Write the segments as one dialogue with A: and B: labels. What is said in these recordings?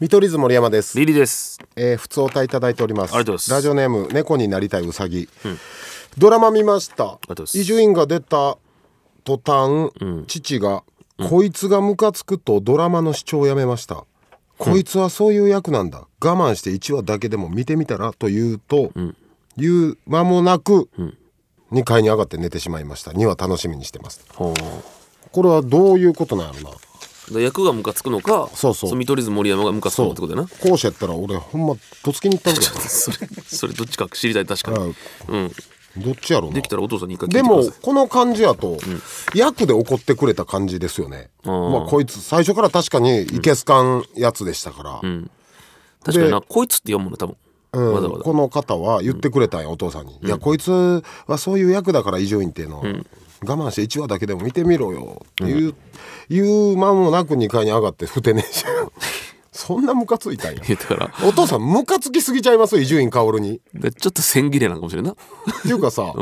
A: 見取り図森山です。
B: リリです。
A: えー、普通お答いただいております。
B: ありがとうございます
A: ラジオネーム猫になりたいウサギ。ドラマ見ました
B: がとうございます
A: 伊集院が出た途端、父が、こいつがムカつくとドラマの視聴をやめました、こいつはそういう役なんだ我慢して1話だけでも見てみたらと言うと、言う間もなく、2階に上がって寝てしまいました2話楽しみにしてます
B: ほ
A: これはどういうことなんやろな
B: う。役がムカつくのか、
A: そうそう
B: 見取り図森山がムカつくのかってこと だな。
A: 校舎やったら俺ほんまどつきに行ったんだよ
B: それ、それどっちか知りたい、確かに。うん。
A: どっちやろうな
B: できたらお父さんに一回聞い
A: で
B: てくだ
A: も
B: さい。
A: この感じやと、役で怒ってくれた感じですよね、まあこいつ最初から確かにいけすかんやつでしたから、
B: 確かにな、こいつって読むの多分。わざわざ。
A: この方は言ってくれたんや、お父さんに「いやこいつはそういう役だから伊集院っていうのは、我慢して1話だけでも見てみろよ」っていう,、いう間もなく2階に上がってふてねえじゃんそんなムカついたんや
B: いやだから、
A: お父さんムカつきすぎちゃいますよ伊集院薫に
B: でちょっと千切れなのか もしれんな。
A: っていうかさ、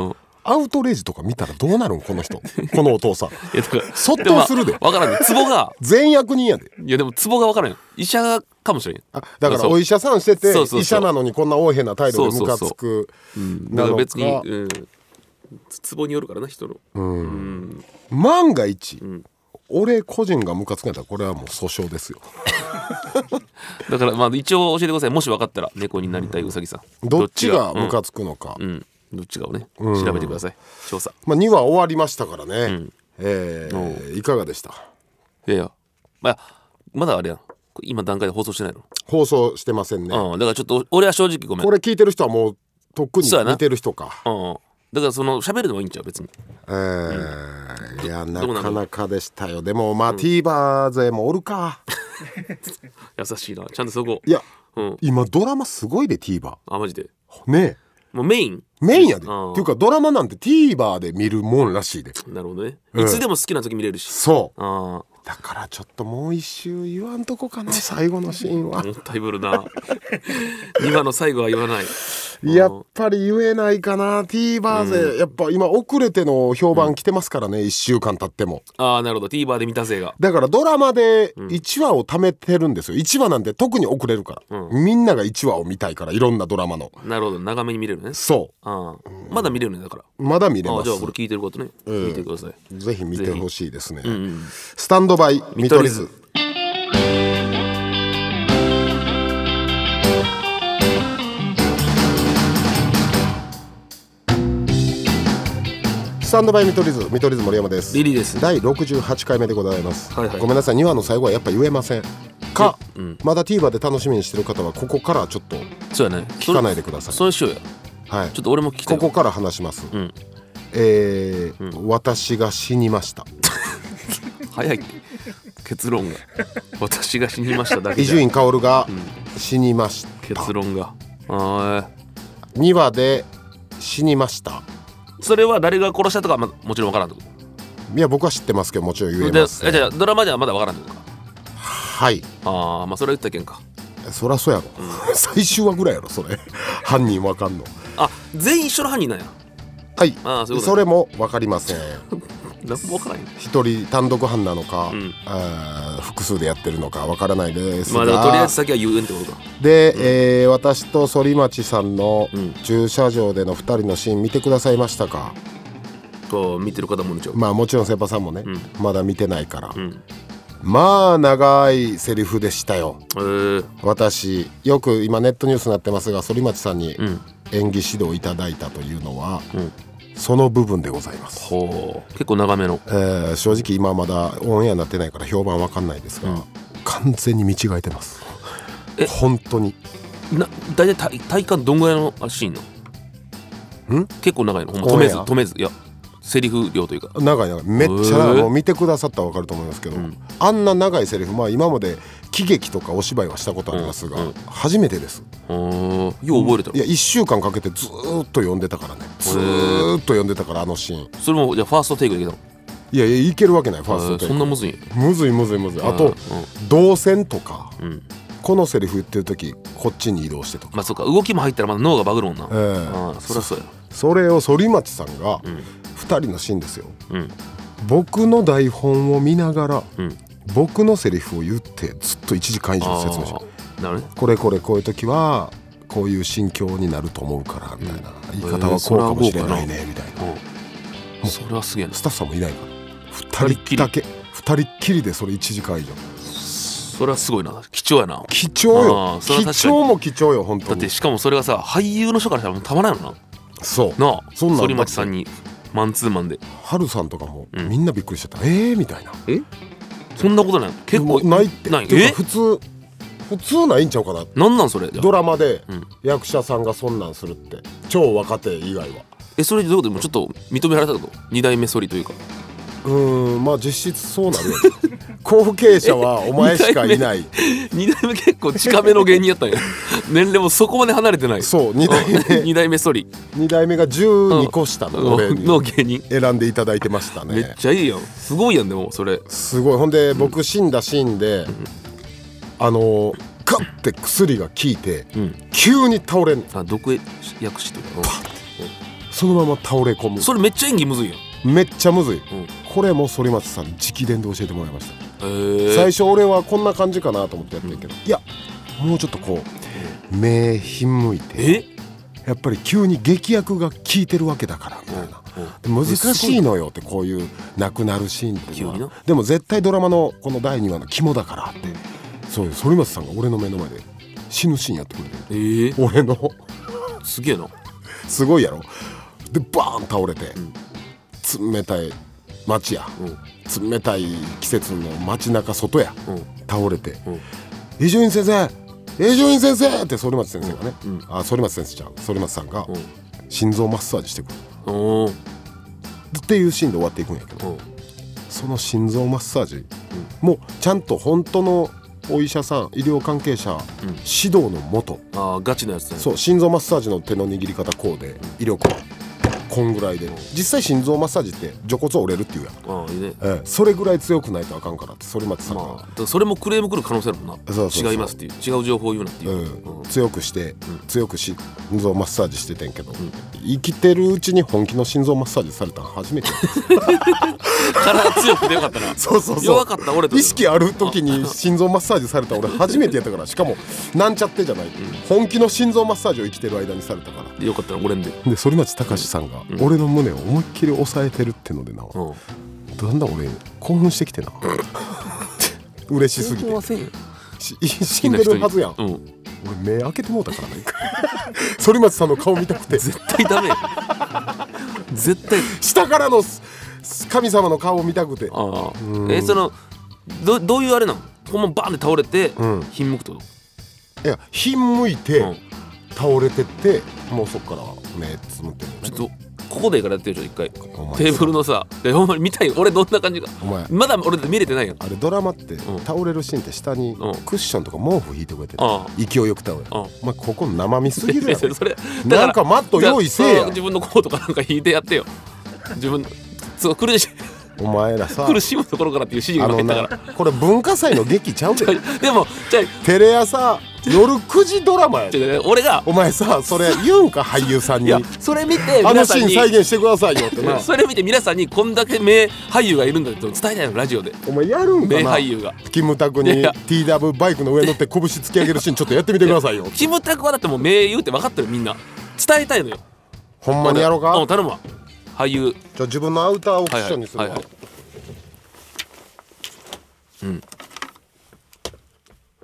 A: アウトレイジとか見たらどうなるんこの人このお父さん
B: いやだから
A: そっと
B: もまあ
A: するで
B: わからんね。ツボが、
A: 全役人やで
B: いやでもツボがわからんよ。医者かもしれんよ。
A: あだから
B: そう
A: お医者さんしてて
B: そうそうそう
A: 医者なのにこんな横柄な態度でムカつく
B: だ
A: な
B: から
A: の
B: 別に、
A: か
B: うん。ツボによるからな、人の。
A: 万が一、俺個人がムカつくんやったらこれはもう訴訟ですよ
B: だからまあ一応教えてください。もし分かったら、猫になりたいウサギさん。
A: どっちがム
B: っ
A: カつくのか、
B: うんうん。どっちがをね、調べてください。調査。
A: まあ、2話終わりましたからね、えーいかがでした
B: いやいや、まあ、まだあれやん。これ今段階で放送してないの。
A: 放送してませんね、
B: うん。だからちょっと、俺は正直ごめん。
A: これ聞いてる人はもうとっくに
B: そうやな
A: 見てる人か
B: うんうん。だからその、喋るのはいいんちゃう別に。
A: えーいやな
B: どうな
A: か
B: の
A: なかでしたよでもまあ、TVer 勢もおる か
B: 優しいな。ちゃんとそこ。
A: いや
B: うん。
A: 今ドラマすごいで TVer
B: あ、マジで。
A: ねえ
B: もうメイン。
A: メインやで。
B: うん
A: っていうかドラマなんて TVer で見るもんらしいで。
B: なるほどね。
A: うん
B: いつでも好きな時見れるし。
A: そう。
B: ああ。
A: だからちょっともう一周言わんとこ かな、最後のシーンは。
B: もったいぶるな。 今の最後は言わない。
A: やっぱり言えないかな、TVer 勢。やっぱ今遅れての評判来てますからね、一週間経っても。
B: ああ、なるほど。TVer で見たせいが。
A: だからドラマで1話を貯めてるんですよ。1話なんて特に遅れるから。みんなが1話を見たいから、いろんなドラマの。
B: なるほど。長めに見れるね。
A: そ
B: ああ。まだ見れるね、だから。
A: う。まだ見れ
B: あ
A: ま
B: あ、
A: す
B: じゃあ。これ聞いてることね。聞いてください。
A: ぜひ見てほしいですね。スタンドバイ見取
B: 見取
A: り
B: り
A: 図
B: 図。
A: スタンドバイ見取り図、見取り図森山です。
B: リリーです。
A: 第68回目でございます、
B: はいはい
A: ごめんなさい2話の最後はやっぱ言えませんか、まだ TVer で楽しみにしてる方はここからちょっと
B: そうやね。
A: 聞かないでください
B: それそれしようや。
A: はい
B: ちょっと俺も聞き
A: こ
B: たいわ。
A: こから話します、
B: ん
A: えー私が死にました
B: 早い結 論が私が死にましただけ
A: 伊
B: じゃ
A: 集院薫が死にました、
B: 結論があ
A: 2話で死にました
B: ーそれは誰が殺したとかはまもちろんわからんってこ
A: いや僕は知ってますけどもちろん言
B: と
A: え
B: で
A: ま
B: え
A: す、ね、
B: じゃあドラマではまだわからんってことか
A: はい
B: ああまあそれは言ったけんか
A: そらそうやろ、 最終話ぐらいやろそれ 犯人わかんの
B: あ全員一緒の犯人なんや
A: はい
B: あーそういうことね
A: それも分かりません
B: 何もわからんよ
A: 一人単独犯なのか、
B: ん
A: あー複数でやってるのかわからないですが、
B: まあでもとりあえず先は言えんってことか
A: で、えー私と反町さんの
B: うん
A: 駐車場での2人のシーン見てくださいましたか、
B: こう見てる方もいるちょ
A: まあもちろん先輩さんもね、
B: ん
A: まだ見てないから、
B: うん
A: まあ長いセリフでしたよ
B: えー、
A: 私よく今ネットニュースになってますが反町さんに
B: ん
A: 演技指導いただいたというのは、
B: ん
A: その部分でございます、
B: ほう結構長めの
A: えー正直今まだオンエアになってないから評判わかんないですが、完全に見違えてます
B: え
A: 本当に
B: な大体体体感どんぐらいのあシーンの
A: ん
B: 結構長いのほんま
A: オ
B: 止
A: ン
B: め
A: エア
B: ず止めずいやセリフ量というか
A: 長い長いめっちゃ
B: へ
A: 長い
B: ー
A: もう見てくださったら分かると思いますけど、
B: ん
A: あんな長いセリフまあ今まで喜劇とかお芝居はしたことありますが、
B: うんうん
A: 初めてです
B: おーよう覚えれた
A: い
B: の
A: や1週間かけてずーっと読んでたからねずーっと読んでたからあのシーン
B: それもじゃあファーストテイクできたの
A: いやいやいけるわけないファーストテイ
B: そん
A: ク
B: なむずいんや
A: むずいむずいむずいあ
B: う
A: と
B: ん
A: 動線とか
B: うん
A: このセリフ言ってる時こっちに移動してとか、
B: まあそうか動きも入ったらまだ脳がバグるもんな、
A: ええ
B: ああそりゃそうや
A: それを反町さんが
B: ん
A: 2人のシーンですよ
B: うん
A: 僕の台本を見ながら
B: うん
A: 僕のセリフを言ってずっと1時間以上説明し
B: あ
A: た
B: ーなるほどね
A: これこれこういう時はこういう心境になると思うからみたいな、言い方はこうかもしれないねみたいな、
B: おそれはすげえな
A: スタッフさんもいないから2
B: 二人っき
A: 人
B: り
A: だけ二人っきりでそれ1時間以上
B: それはすごいな貴重やな
A: 貴重
B: あー
A: よ
B: それは確かに
A: 貴重も貴重よ本当
B: だっ
A: に
B: てしかもそれがさ俳優の人からしたらもうたまらんよ
A: そう
B: ななあ
A: そんなん
B: 反町さんにマンツーマンで
A: ハルさんとかも
B: うん
A: みんなびっくりしてた、ええー、みたいな
B: えそんなことないの結構
A: でもないって
B: ない
A: ていう
B: え
A: か普通普通ないんちゃうかな
B: なんなんそれ
A: ドラマで
B: うん
A: 役者さんがそんなんするって超若手以外は
B: えそれどういうこともうちょっと認められたってこと二代目ソリというか
A: うーんまあ実質そうなるよ ね後継者はお前しかいない
B: 二代目結構近めの芸人やった んや年齢もそこまで離れてない
A: そう2代
B: うん二代目ソリ
A: 目二代目が12個下の俺に
B: の芸人
A: 選んでいただいてました
B: めっ
A: ね
B: ちゃいいやんすごいやんでもそれ
A: すごいほんで僕死んだシーンであのカッて薬が効いて
B: うん
A: 急に倒れん
B: あ毒薬師というか
A: そのまま倒れ込
B: うん
A: む
B: それめっちゃ演技むずいやん
A: めっちゃむずい
B: うん
A: これも反町さん直伝で教えてもらいました
B: えー
A: 最初俺はこんな感じかなと思ってやってるけど、いやもうちょっとこう目ひんむいて
B: え
A: やっぱり急に劇薬が効いてるわけだからみたいなで難しいのよってこういう亡くなるシーンっていう
B: 急に
A: の
B: な
A: はでも絶対ドラマのこの第2話の肝だからってそういう反町さんが俺の目の前で死ぬシーンやってくれてる
B: えー、
A: 俺の
B: すげえな
A: すごいやろでバーン倒れて、冷たい街や、
B: うん
A: 冷たい季節の街中外や、
B: うん
A: 倒れて
B: うん
A: 「伊集院先生伊集院先生!」って反町先生がね、
B: うんうん
A: あ反町先生じゃん反町さんが
B: うん
A: 心臓マッサージしてくる
B: おー
A: っていうシーンで終わっていくんやけど
B: うん
A: その心臓マッサージ、もうちゃんと本当のお医者さん医療関係者、
B: ん
A: 指導のもと
B: あーガチなやつだね
A: そう心臓マッサージの手の握り方こうで威力はこんぐらいで実際心臓マッサージって除骨折れるっていうやん、
B: あーいいね
A: ええそれぐらい強くないとあかんからって反町さんが、
B: まあ、だからそれもクレーム来る可能性あるもん
A: そう
B: な
A: そうそう
B: 違いますっていう違う情報を言うなっていう、
A: う
B: うんん
A: 強くして、強くし心臓マッサージしててんけど、生きてるうちに本気の心臓マッサージされたの初めて
B: 体強くてよかったな
A: そうそうそう
B: 弱かった俺と
A: 意識ある時に心臓マッサージされた俺初めてやったからしかもなんちゃってじゃない、本気の心臓マッサージを生きてる間にされたから
B: よかったな俺んで、
A: で反町隆史さんが俺の胸を思いっきり押さえてるってのでな、
B: うん、
A: だんだん俺興奮してきて な嬉しすぎて
B: せんよ
A: し死んでるはずやん、
B: うん、
A: 俺目開けてもうたからな反町さんの顔見たくて
B: 絶対ダメよ絶対
A: 下からのす神様の顔を見たくて
B: ああえそのどどういうあれなのほんまバーンで倒れて、
A: ん
B: ひんむくってこ
A: いやひんむいて、
B: うん
A: 倒れてってもうそっから目つむってる
B: とちょっとここでいいからやってるじゃん一回
A: お前
B: テーブルのさでほんまに見たい俺どんな感じか
A: お前
B: まだ俺見れてないやん
A: あれドラマって、
B: うん
A: 倒れるシーンって下に
B: うん
A: クッションとか毛布引いてくれてる、
B: ああ
A: 勢いよく倒れる、
B: うん
A: お前ここ生身すぎ るや
B: そ
A: ろ
B: れそれだから
A: なんかマット用意せえ
B: だか
A: や
B: ら自分のコートかなんか引いてやってよ自分そう苦し
A: お前らさ
B: 苦しむところからっていう指示
A: あ
B: が入
A: の
B: ったか
A: なこれ文化祭の劇ちゃうで
B: らでもじゃあ
A: テレ朝夜9時ドラマやで
B: じゃあ俺が
A: お前さそれ言うんか俳優さん
B: い
A: に
B: や
A: あ
B: それ見て
A: の
B: 皆さ
A: シ
B: ん
A: ーン
B: に
A: 再現してくださいよってな
B: それ見て皆さんにこんだけ名俳優がいるんだって伝えたいのラジオで
A: お前やるんか
B: 名
A: な
B: 俳優が
A: キムタク
B: い
A: に
B: や
A: TW バイクの上乗って拳突き上げるシーンちょっとやってみてくださいよ
B: キムタクはだってもう名優って分かってるみんな伝えたいのよ
A: ほんまにやろう
B: う
A: か
B: ん頼むわ俳優
A: じゃあ自分のアウターをクッ
B: はいは
A: ショ
B: い
A: ンにする
B: はいは
A: わ
B: い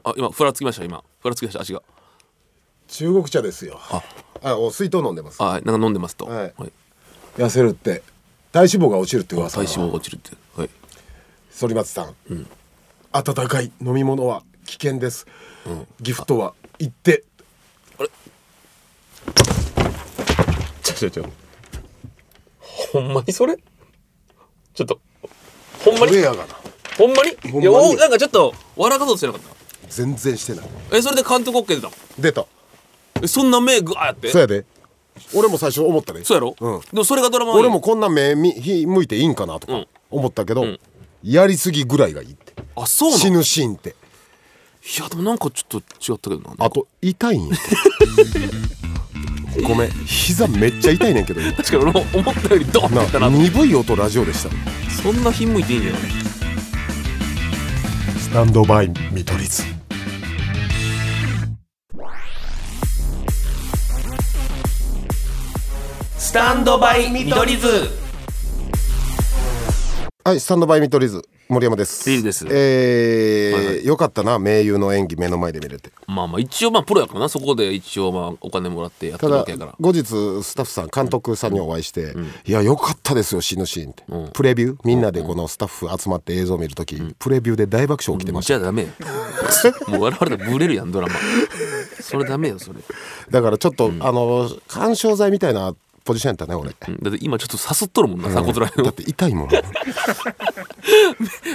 B: あ今ふらつきました今ふらつきました足が
A: 中国茶ですよあお水筒飲んでます
B: あはいなんか飲んでますと
A: はい
B: はい
A: 痩せるって体脂肪が落ちるって噂
B: 体脂
A: だ
B: 肪
A: な
B: が落ちるってはい
A: 反町さん温かい飲み物は危険ですギフトは行って
B: あれ
A: ちょちょちょ
B: ほんまにそれちょっとほんま
A: これ
B: に
A: やがな
B: ほんま
A: ほ
B: に
A: んまに
B: いやおなんかちょっと笑かそうとしてなかっ
A: 全然してない
B: たえそれで監督 OK 出たの
A: 出た
B: えそんな目グワーやって
A: そうやで俺も最初思ったね
B: そうやろ、
A: うん
B: でもそれがドラマ
A: 俺もこんな目みひ向いていいんかなと
B: う
A: か
B: ん
A: 思ったけど、やりすぎぐらいがいいって
B: あそうなの
A: 死ぬシーンって
B: いやでもなんかちょっと違ったけどな
A: あと痛いんや ってごめん膝めっちゃ痛いねんけど今
B: 確かに俺も思ったよりドンっていった
A: な
B: な
A: 鈍い音ラジオでした
B: そんなひんむいていいんだよ
A: スタンドバイ見取り図
B: スタンドバイ見取り図
A: はいスタンドバイ見取り図森山です
B: いいです
A: えーよかったな名優の演技目の前で見れて
B: まあまあ一応まあプロやからなそこで一応まあお金もらってやって
A: た
B: るわ
A: だ
B: けやから
A: 後日スタッフさん監督さんにお会いして「いやよかったですよ死ぬシーン」って、プレビューみんなでこのスタッフ集まって映像を見るとき、プレビューで大爆笑起きてまし
B: じゃあダメよ もう我々ブレるやんドラマそれダメよそれ
A: た、だからちょっと、あの緩衝材みたいなポジションやったね俺、
B: うんだって今ちょっとさすっとるもんな鎖骨らへん
A: だ
B: を
A: って痛いもん痛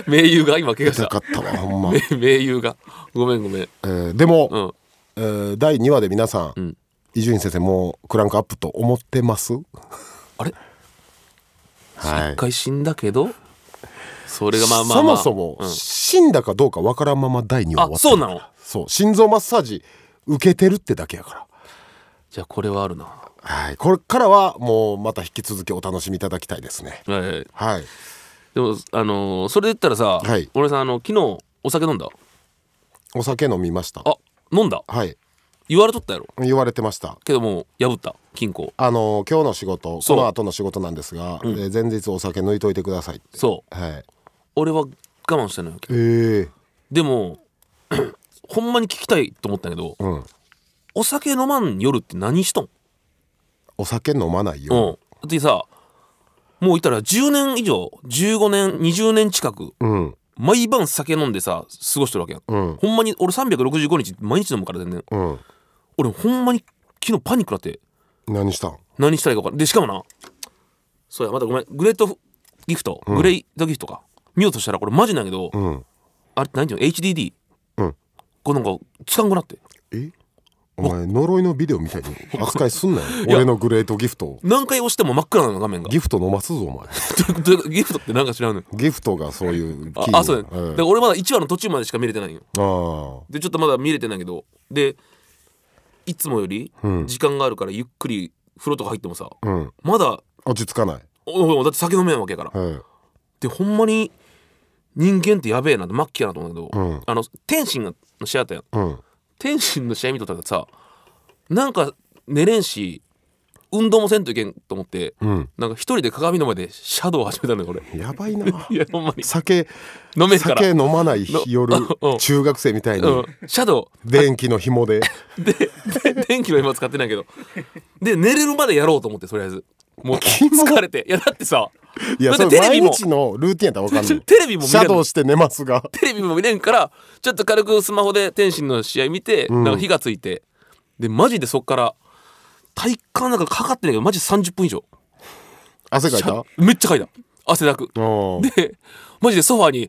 B: 名優が今怪我した
A: かったわほん ま、
B: 名 名優がごめんごめん
A: えーでも、
B: うん
A: えー第2話で皆さん伊集院先生もうクランクアップと思ってます
B: あれ
A: は
B: 一回死んだけどそれがまあまあ
A: そ
B: まあ
A: もそも、死んだかどうかわからんまま第2話終わ
B: あ
A: った
B: そうなの
A: そう心臓マッサージ受けてるってだけやから
B: じゃあこれはあるなは
A: はいこれからはもうまた引き続きお楽しみいただきたいですね
B: いはい
A: はい
B: でもあのーそれで言ったらさ
A: はい
B: 俺さんあの昨日お酒飲んだ
A: お酒飲みました
B: あ飲んだ
A: はい
B: 言われとったやろ
A: 言われてました
B: けどもう破った金庫
A: あの今日の仕事
B: そ
A: こ
B: う
A: の後の仕事なんですが、えー前日お酒抜いといてくださいって
B: そう
A: はい
B: 俺は我慢したのよ
A: えー、
B: でも ほんまに聞きたいと思ったんやけど、
A: うん
B: お酒飲まん夜って何しとん
A: お酒飲まないうよ、
B: んだってさもういたら10年以上15年20年近く
A: うん
B: 毎晩酒飲んでさ過ごしてるわけやん、
A: うん
B: ほんまに俺365日毎日飲むから全然
A: うん
B: 俺ほんまに昨日パニックなって
A: 何したん
B: 何したらいいか分からんでしかもなそうやまたごめんグレートギフト、グレイトギフトか見ようとしたらこれマジなんやけど、
A: うん
B: あれって何ていうの HDD、
A: うん
B: こうなんかつかんくなって
A: えお前呪いのビデオみたいに扱いす んなよ俺のグレートギフトを
B: 何回押しても真っ暗なの画面が
A: ギフト飲ますぞお前
B: どういうことギフトってなんか知らんのよ
A: ギフトがそういうキー
B: ああそうだ,、ね
A: ん
B: だから俺まだ1話の途中までしか見れてないんよ
A: あー
B: でちょっとまだ見れてないけどでいつもより時間があるからゆっくり風呂とか入ってもさ、
A: うん
B: まだ
A: 落ち着かない、
B: おおだって酒飲めんわけやから、
A: はい、
B: でほんまに人間ってやべえなって末期やなと思うんだけど、
A: うん
B: あの天心の試合あったやん
A: うん
B: 天心の試合見とったらさなんか寝れんし運動もせんといけんと思って、
A: うん
B: なんか一人で鏡の前でシャドウを始めた のよ俺
A: やばいな
B: いやほんまに
A: 酒
B: 飲めんから
A: 酒飲まない日夜
B: うん
A: 中学生みたいに
B: うん、シャド
A: 電気の紐 で
B: ウでで電気は今使ってないけどで寝れるまでやろうと思ってとりあえず もう
A: キモ
B: 疲れていやだってさ
A: いや
B: だ
A: そ
B: って
A: れ
B: テ
A: 毎
B: レビも
A: 日のルーティンやったらわかんない
B: テレビも見れ
A: シ
B: ん
A: ャドウして寝ますが
B: テレビも見れんからちょっと軽くスマホで天心の試合見て、なんか火がついてでマジでそっから体感なんかかかってないけどマジ30分以上
A: 汗かいた
B: めっちゃかいた汗だく
A: おー
B: でマジでソファーに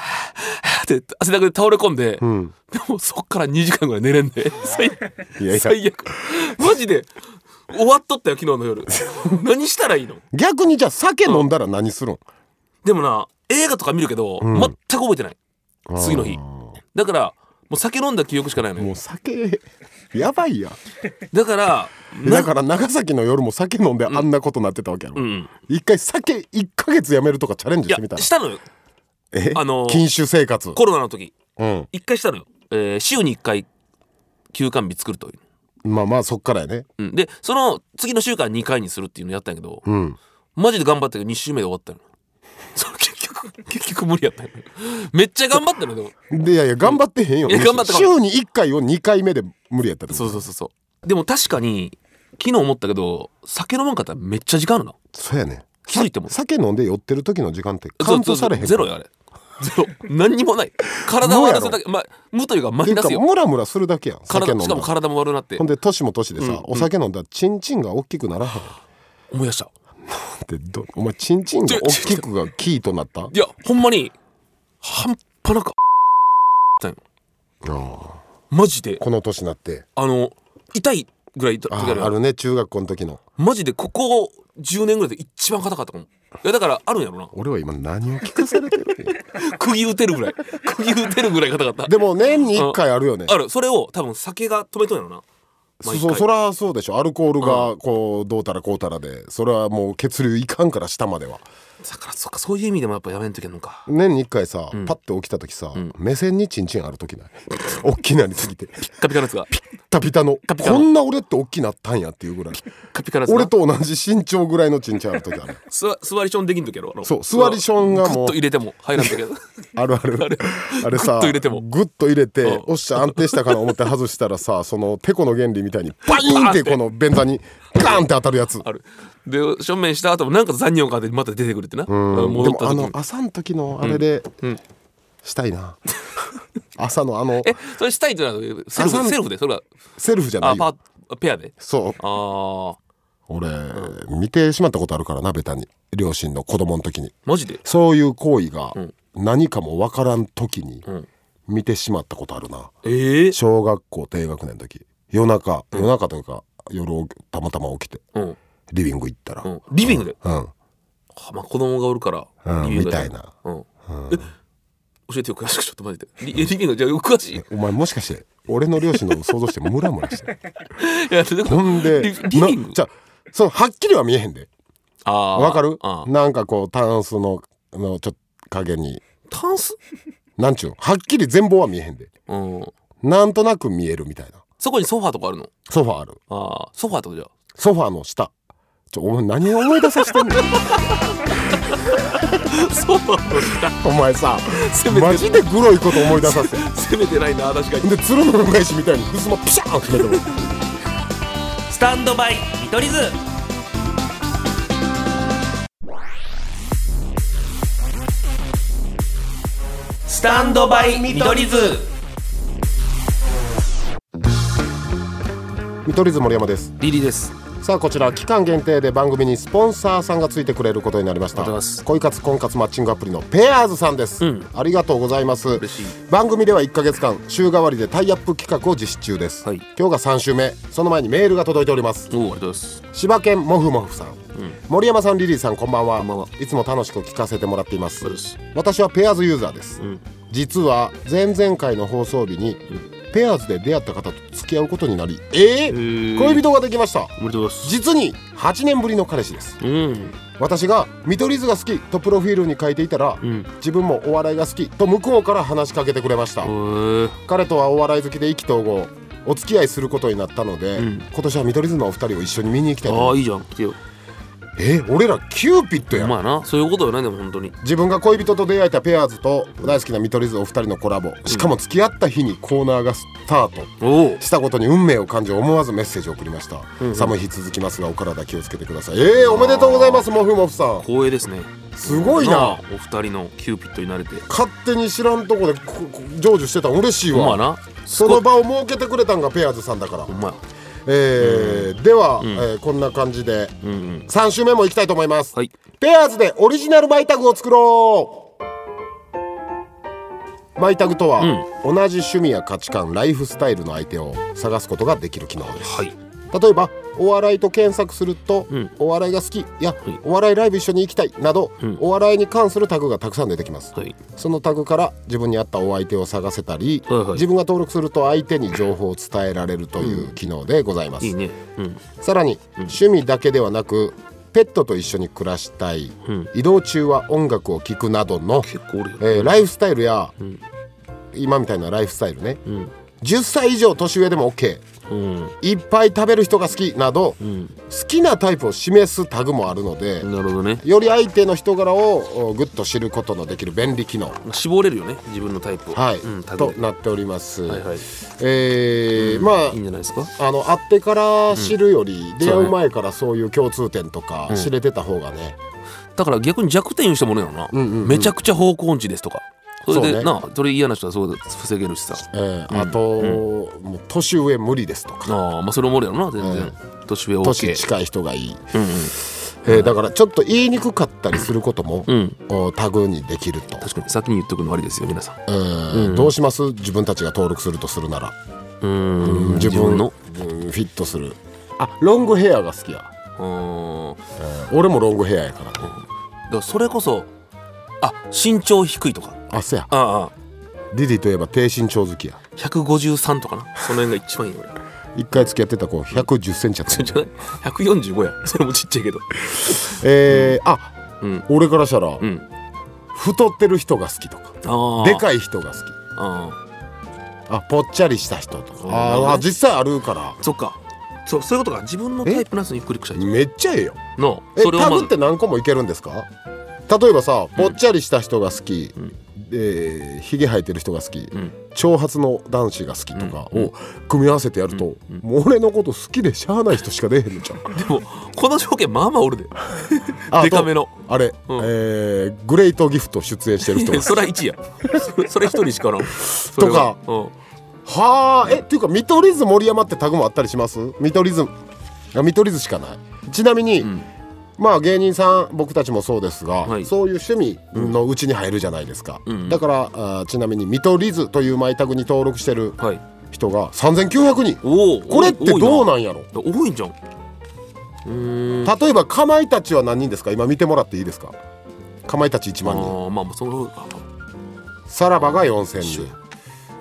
B: 「って汗だくで倒れ込んで、
A: ん
B: でもそっから2時間ぐらい寝れんで最
A: いやいや
B: 最悪マジで終わっとったよ昨日の夜何したらいいの
A: 逆にじゃあ酒飲んだら何するん
B: でもな映画とか見るけど、全く覚えてない次の日だからもう酒飲んだ記憶しかないの
A: も
B: よ
A: う酒やばいやん
B: だからな
A: だから長崎の夜も酒飲んであんなことなってたわけやろ、
B: うん
A: 一回酒1ヶ月やめるとかチャレンジ
B: い
A: してみた
B: や
A: ら
B: したのよ
A: え
B: あのー
A: 禁酒生活
B: コロナの時
A: うん
B: 一回したのよ、えー週に1回休館日作るという、
A: まあまあそっからやね
B: うん、でその次の週から2回にするっていうのやったんやけど、
A: うん
B: マジで頑張ったけど2週目で終わったの それ結局結局無理やったよめっちゃ頑張ったのでも
A: でいやいや頑張ってへんよ
B: いや頑張った頑張っ
A: 週に1回を2回目で無理やったってこと
B: そうそうそうそうでも確かに昨日思ったけど酒飲まんかったらめっちゃ時間あるな
A: そうやね
B: 気づいても
A: 酒飲んで酔ってる時の時間ってカウントされへん
B: ゼロやあれゼロ何にもない体を荒らすだけ、まあ、無というかマイナス
A: ていうか
B: よ
A: ムラムラするだけやん酒飲
B: 体
A: ん
B: し
A: だ
B: からも体も悪くなって
A: ほんで年も年でさ、お酒飲んだらチンチンが大きくならへん
B: 思い出した
A: ってどお前チンチンが大きくがキーとなった
B: いやほんまに半端なくだよ
A: ああ
B: マジで
A: この年になって
B: あの痛いぐらい痛
A: あ
B: い
A: ああるね中学校の時の
B: マジでここ10年ぐらいで一番硬かったかもいやだからあるんやろな
A: 俺は今何を聞かされてるんや
B: 釘打てるぐらい 釘打てるぐらい硬かった
A: でも年に1回あるよね
B: あるそれを多分酒が止めとんやろな
A: そ
B: 毎
A: そ
B: 回
A: そらそうでしょアルコールがこうどうたらこうたらでそれはもう血流いかんから下までは
B: だからそっかそういう意味でもやっぱやめんといけんのか
A: 年に1回さ、パッて起きた時さ、目線にチンチンある時ない 大きなりすぎて
B: ピッカピカのやつがピッ
A: ピタピタの
B: ピタの
A: こんな俺って大きなったんやっていうぐ らい
B: カピカのやつが
A: 俺と同じ身長ぐらいのチンチンある時ある
B: 座座りションできん時やろあの
A: そう座りションがもう
B: グッと入れても入らんといけん
A: あるあ るあれさ
B: グッと入れても
A: グッと入れて
B: うん
A: おっしゃ安定したかな思って外したらさそのてこの原理みたいにバイ
B: バー
A: ン
B: ン
A: っ
B: って
A: てこの便座にガーンって当たるやつ
B: あるで正面した後もなんか残尿感でまた出てくるってな
A: うんで
B: 戻っ
A: も
B: た
A: あ
B: 時
A: の
B: も
A: 朝の時のあれでしたいな 朝のあの
B: え それしたいってなるセル
A: 朝
B: フ
A: の
B: セルフでそれは
A: セルフじゃな
B: あ
A: いよ
B: パペアで
A: そう
B: あー
A: 俺見てしまったことあるからなベタに両親の子供の時に
B: マジで
A: そういう行為が何かもわからん時に見てしまったことあるな
B: ええ
A: 小学校低学年の時夜中夜中というか夜おたまたま起きて
B: うん
A: リビング行ったら
B: うんリビングで、
A: うん
B: あまあ、子供がおるから、
A: うん
B: リビン
A: み
B: グで
A: たいな、
B: うんえ教えてよ詳しくちょっとマジでリ リビングじゃあ詳しいい
A: お前もしかして俺の両親のこと想像してムラムラして る
B: やどういうこと
A: ほんで
B: リリビング
A: なじゃあそのはっきりは見えへんで
B: ああ
A: わかる
B: あー
A: なんかこうタンスのあのちょっと影に
B: タンス、
A: なんちゅうのはっきり全貌は見えへんで
B: うん、
A: なんとなく見えるみたいな
B: そこにソファーとかあるの
A: ソファーある
B: ああソファーとかじゃあ
A: ソファーの下ちょお前何を思い出させてんの
B: ソファーの下
A: お前 さ
B: 攻めてる
A: マジでグロいこと思い出させて
B: 攻めてないな確かに
A: で鶴の返しみたいに襖ピシャーン決めてもらう
B: スタンドバイ見取り図スタンドバイ見取り図
A: 見取り図森山です
B: リリーです
A: さあこちら期間限定で番組にスポンサーさんがついてくれることになりました
B: ありがとうございます
A: 恋活婚活マッチングアプリのペアーズさんです、
B: うん
A: ありがとうございます
B: 嬉しい
A: 番組では1ヶ月間週替わりでタイアップ企画を実施中です、
B: はい
A: 今日が3週目その前にメールが届いております
B: おおありがとうございます
A: 柴犬もふもふさん、森山さんリリーさんこんばんは
B: んばんはい
A: つも楽しく聞かせてもらっています
B: ありがとうござい
A: 私はペアーズユーザーです、
B: ん
A: 実は前々回の放送日に、ペアーズで出会った方と付き合うことになりえー
B: ー
A: 恋人ができました
B: おめでとうございます
A: 実に8年ぶりの彼氏です
B: うん
A: 私が「見取り図が好き」とプロフィールに書いていたら、
B: ん
A: 自分もお笑いが好きと向こうから話しかけてくれました、
B: おー
A: 彼とはお笑い好きで意気投合お付き合いすることになったので、
B: うん
A: 今年は見取り図のお二人を一緒に見に行きたいと
B: あ
A: 思
B: あ
A: う
B: いいじゃん来てよ
A: え俺らキューピッドや
B: お
A: ん
B: 前なそういうことよねでも本当に
A: 自分が恋人と出会えたペアーズと大好きな見取り図お二人のコラボしかも付き合った日にコーナーがスタート
B: おお
A: したことに運命を感じ思わずメッセージを送りました、寒い日続きますがお体気をつけてくださいえー、おめでとうございますモフモフさん
B: 光栄ですね
A: すごいな
B: あお二人のキューピッドになれて
A: 勝手に知らんとこでここ成就してたん嬉しい
B: お前
A: わ
B: な
A: その場を設けてくれたんがペアーズさんだから
B: お、前
A: えーでは、えーこんな感じで
B: うんうん
A: 3週目もいきたいと思います、
B: はい
A: ペアーズでオリジナルマイタグを作ろうマイタグとは、同じ趣味や価値観ライフスタイルの相手を探すことができる機能です
B: はい
A: 例えばお笑いと検索すると、
B: ん
A: お笑いが好きや、
B: い
A: お笑いライブ一緒に行きたいなど、
B: ん
A: お笑いに関するタグがたくさん出てきます、
B: はい
A: そのタグから自分に合ったお相手を探せたり、
B: はいはい
A: 自分が登録すると相手に情報を伝えられるという機能でございます、
B: いいねうん
A: さらに、趣味だけではなくペットと一緒に暮らしたい、
B: うん
A: 移動中は音楽を聴くなどの、
B: 結構おるよ
A: えーライフスタイルや、今みたいなライフスタイルね、10歳以上年上でも OK
B: うん
A: いっぱい食べる人が好きなど、
B: うん
A: 好きなタイプを示すタグもあるので、
B: なるほどね
A: より相手の人柄をおぐっと知ることのできる便利機能、
B: 絞れるよね自分のタイプを
A: はい
B: うんタ
A: と
B: グで
A: なっております。
B: はいはい
A: えーま
B: いいんじゃないですか
A: ああの会ってから知るより、出
B: そう
A: 会
B: ね
A: う前からそういう共通点とか知れてた方がね、
B: だから逆に弱点言う人もおるよなめちゃくちゃ方向音痴ですとかそれ
A: そう
B: で
A: ね
B: なそれ嫌な人はそうだ防げるしさ
A: えーあと、もう年上無理ですとか
B: ああまあそれもおるやろな全然年上 OK
A: 年近い人がいい、
B: うんうん
A: えーだからちょっと言いにくかったりすることも、
B: ん
A: おタグにできると、
B: 確かに先に言っとくのありですよ皆さん
A: えーどうします自分たちが登録するとするなら、
B: うーん
A: 自分の
B: の
A: うんフィットするあロングヘアが好きや、
B: うーんだ
A: 俺もロングヘアやからね
B: からそれこそあ身長低いとか
A: あせや
B: ああああ
A: リリーといえば低身長好きや
B: 153とかなその辺が一番いいよ 俺
A: 一回付き合ってた子1 1 0ンチやった
B: じゃない145やそれもちっちゃいけど
A: えーあ
B: うん
A: 俺からしたら、
B: うん
A: 太ってる人が好きとか
B: ああ
A: で
B: い
A: かい人が好き
B: あ
A: あぽっちゃりした人とか
B: うん
A: あーあ実際あるから
B: あそっかそうそういうことか自分のタイプなすにゆっくりくしたい
A: めっちゃええよ
B: の
A: え
B: それを
A: タ
B: ま
A: グ
B: ず
A: って何個もいけるんですか例えばさぽっちゃりした人が好き、
B: ん
A: えーひげ生えてる人が好き、
B: ん
A: 長髪の男子が好きとか
B: うん
A: を組み合わせてやると、もう俺のこと好きでしゃあない人しか出えへんのじゃん
B: でもこの条件まあま あおるで
A: あ
B: でかめの
A: あれ、
B: うん
A: えーグレートギフト出演してる人
B: いや
A: が
B: それは1やそれそれ一人しかのそれはうん
A: はあえっていうか見取り図森山ってタグもあったりします見取り図あ見取り図しかないちなみに、
B: ん
A: まあ芸人さん僕たちもそうですが、
B: はい
A: そういう趣味のうちに入るじゃないですか、
B: うんうん
A: だからあーちなみに見取り図というマイタグに登録してる
B: はい
A: 人が3900人
B: おお
A: これってどうなんやろ
B: 多いんじゃんうーん
A: 例えばかまいたちは何人ですか今見てもらっていいですかかまいたち1
B: あ
A: 万人
B: ーまあまあそのあ
A: さらばが4000人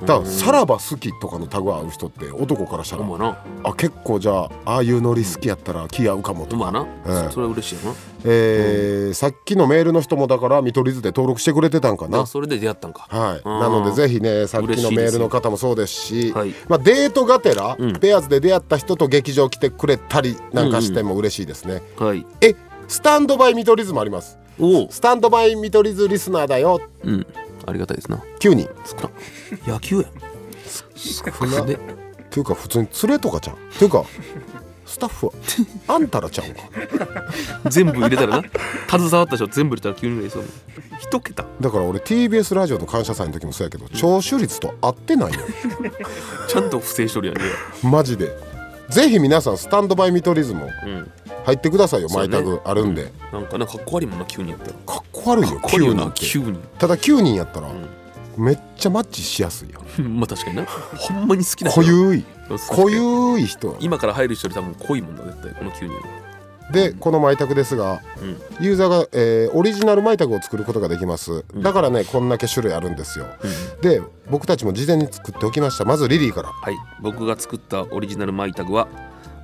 A: だからさらば好きとかのタグ合う人って男からした
B: ほ
A: ら
B: んまな
A: あ結構じゃあああいうノリ好きやったら気合うかも
B: ほ
A: と
B: ん
A: か、
B: まな、
A: ええ
B: そそれは嬉しいよ
A: えーさっきのメールの人もだから見取り図で登録してくれてたんか
B: な
A: な
B: あ。それで出会ったんか
A: はい、
B: うん
A: なのでぜひねさっき
B: 嬉
A: の
B: しい
A: メ
B: で
A: ール
B: す
A: の方もそうですし
B: はい
A: まあ、デートがてら、
B: うん
A: ペアーズで出会った人と劇場来てくれたりなんかしても嬉しいですね、
B: はい
A: えスタンドバイ見取り図もあります
B: おお
A: スタンドバイ見取り図リスナーだよ
B: うんありがたいですな
A: 9人っ
B: 少な野球や少なで
A: ていうか普通に連れとかちゃんっていうかスタッフはあんたらちゃうんか
B: 全部入れたらな 携わった人全部入れたら急になりそうな一桁
A: だから俺 TBS ラジオの「感謝祭」の時もそうやけど聴取率と合ってないよ
B: ちゃんと不正処理やね
A: マジでぜひ皆さんスタンドバイ見取り図も
B: うん
A: 入ってくださいよ
B: そ
A: マ
B: う
A: イ
B: ね
A: タグあるんで、
B: なんかなんかかっこ悪いもんな急にやったらかっ
A: かっこ悪いよ
B: こ悪い
A: 9
B: よ
A: 人
B: な
A: って
B: 急 に
A: ただ9人やったら、
B: ん
A: めっちゃマッチしやすいやん
B: まあ確かになほんまに好きな人
A: 濃ゆい
B: そうそう
A: 濃ゆい人
B: 今から入る人より多分濃いもんだ絶対この急に
A: でこのマイタグですが
B: うん
A: ユーザーが、えーオリジナルマイタグを作ることができますだからねこんだけ種類あるんですよ、で僕たちも事前に作っておきましたまずリリーから
B: はい僕が作ったオリジナルマイタグは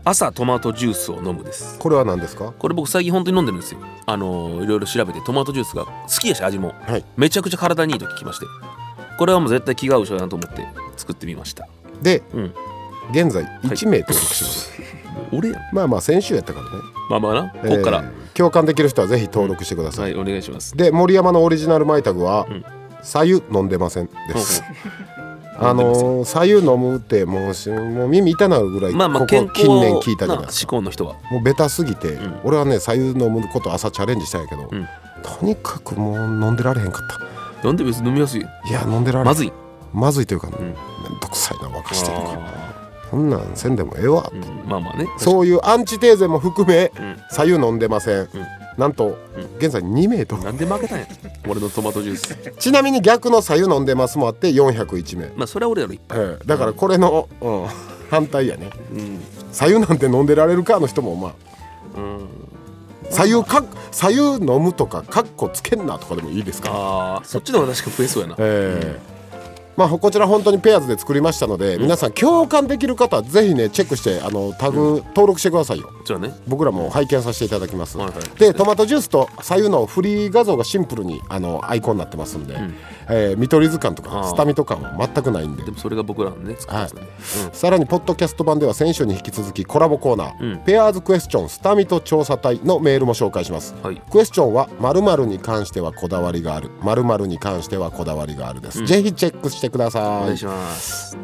B: 朝トマトジュースを飲むです
A: これは何ですか
B: これ僕最近本当に飲んでるんですよあのーいろいろ調べてトマトジュースが好きやし味も
A: はい
B: めちゃくちゃ体にいいと聞きましてこれはもう絶対気が合う人だなと思って作ってみました
A: で
B: うん
A: 現在1名登録します、
B: 俺やん
A: まあまあ先週やったからね
B: まあまあな こっから、
A: えー共感できる人はぜひ登録してください、
B: はいお願い します
A: で森山のオリジナルマイタグは
B: うん
A: 「さゆ飲んでません」です。あ
B: 飲んでま
A: のー、左右飲むってもうしもう耳痛なるぐらい
B: まあまあ
A: こ
B: 健
A: こ
B: 康
A: 近年聞いたじゃない
B: な
A: で
B: 志
A: すか
B: 向の人は
A: もうベタすぎて、
B: ん
A: 俺はね左右飲むこと朝チャレンジしたんやけど、
B: うん
A: とにかくもう飲んでられへんかった
B: 飲んで別に飲みやすい
A: いや飲んでられへん
B: まずい
A: まずいというか、
B: ん
A: めんどくさいな沸かしてるから
B: あ
A: そんなんせんでもええわ、
B: ーうんまあまあね
A: そういうアンチテーゼも含め、
B: ん
A: 左右飲んでません、なんと、現在2名と
B: なんで負けたんや俺のトマトジュース
A: ちなみに逆の左右飲んでますもあって401名
B: まあそれは俺やろいっぱい、
A: ええだからこれの、うん反対やね
B: うん
A: 左右なんて飲んでられるかの人もまあ左右か左右飲むとかカッコつけんなとかでもいいですか
B: あーそっちの方が確か増えそうやな
A: ええまあこちら本当にペアーズで作りましたので、皆さん共感できる方はぜひねチェックしてあのタグ登録してくださいよ、
B: じゃあね
A: 僕らも拝見させていただきます、
B: はいはい
A: でトマトジュースと左右のフリー画像がシンプルにあのアイコンになってますんで、えー見取り図感と
B: あ
A: か
B: ー
A: スタミト感は全くないんで
B: でもそれが僕らのね作ったやつなんで、
A: さらにポッドキャスト版では先週に引き続きコラボコーナー、
B: うん
A: ペアーズクエスチョンスタミト調査隊のメールも紹介します、
B: はい
A: クエスチョンは〇〇に関してはこだわりがある〇〇に関してはこだわりがあるです、ぜひチェックしてくだ
B: お
A: さ
B: 願い
A: い
B: します、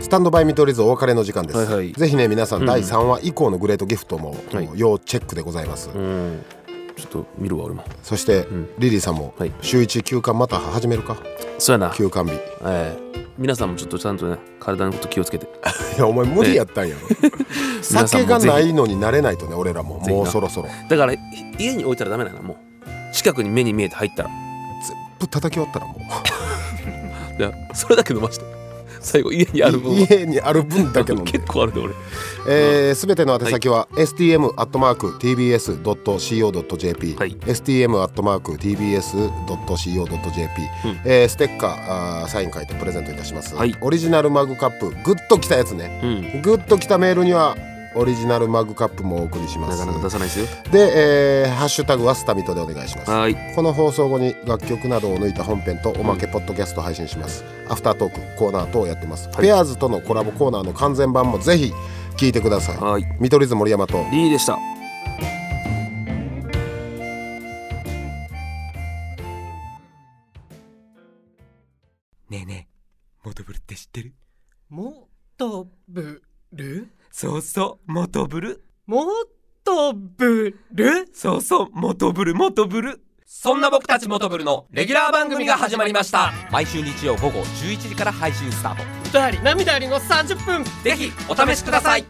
A: スタンドバイ見取り図お別れの時間です、
B: はいはい
A: ぜひね皆さん第3話以降のグレートギフトも、
B: はい
A: 要チェックでございます、
B: うんちょっと見るわ俺も
A: そして、リリーさんも、
B: はい
A: 週1休館また始めるか
B: そうやな、
A: 休館日
B: ええ皆さんもちょっとちゃんとね体のこと気をつけて
A: いやお前無理やったんやろ
B: 皆さん
A: 酒
B: も
A: が
B: ぜひ
A: ないのになれないとね俺らも
B: ぜひな
A: もうそろそろ
B: だから家に置いたらダメだなもう近くに目に見えて入ったら
A: 全部叩き終わったらもう
B: いやそれだけ飲まして最後家にある分は
A: 家にある分だけ飲んで
B: 結構あるで俺
A: えー、全ての宛先は、stm.tbs.co.jp、
B: はい
A: stm.tbs.co.jp、えーステッカーあーサイン書いてプレゼントいたします、
B: はい
A: オリジナルマグカップグッときたやつね
B: うん
A: グッときたメールにはオリジナルマグカップもお送りしま
C: な
A: す
C: かなか出さないですよ
A: で、えーハッシュタグはスタミトでお願いします
C: はーい
A: この放送後に楽曲などを抜いた本編とおまけポッドキャスト配信します、アフタートークコーナー等をやってます、ペアーズとのコラボコーナーの完全版もぜひ聞いてください、
C: はい
A: 見取り図森山と
C: リーでした
B: ねえねえモトブルって知ってる
D: もとぶる
B: そうそうモトブル
D: もとぶる
B: そうそうモトブルモトブル
D: そんな僕たちモトブルのレギュラー番組が始まりました
B: 毎週日曜午後11時から配信スタート
D: 歌あり涙ありの30分
B: ぜひ
D: お試しください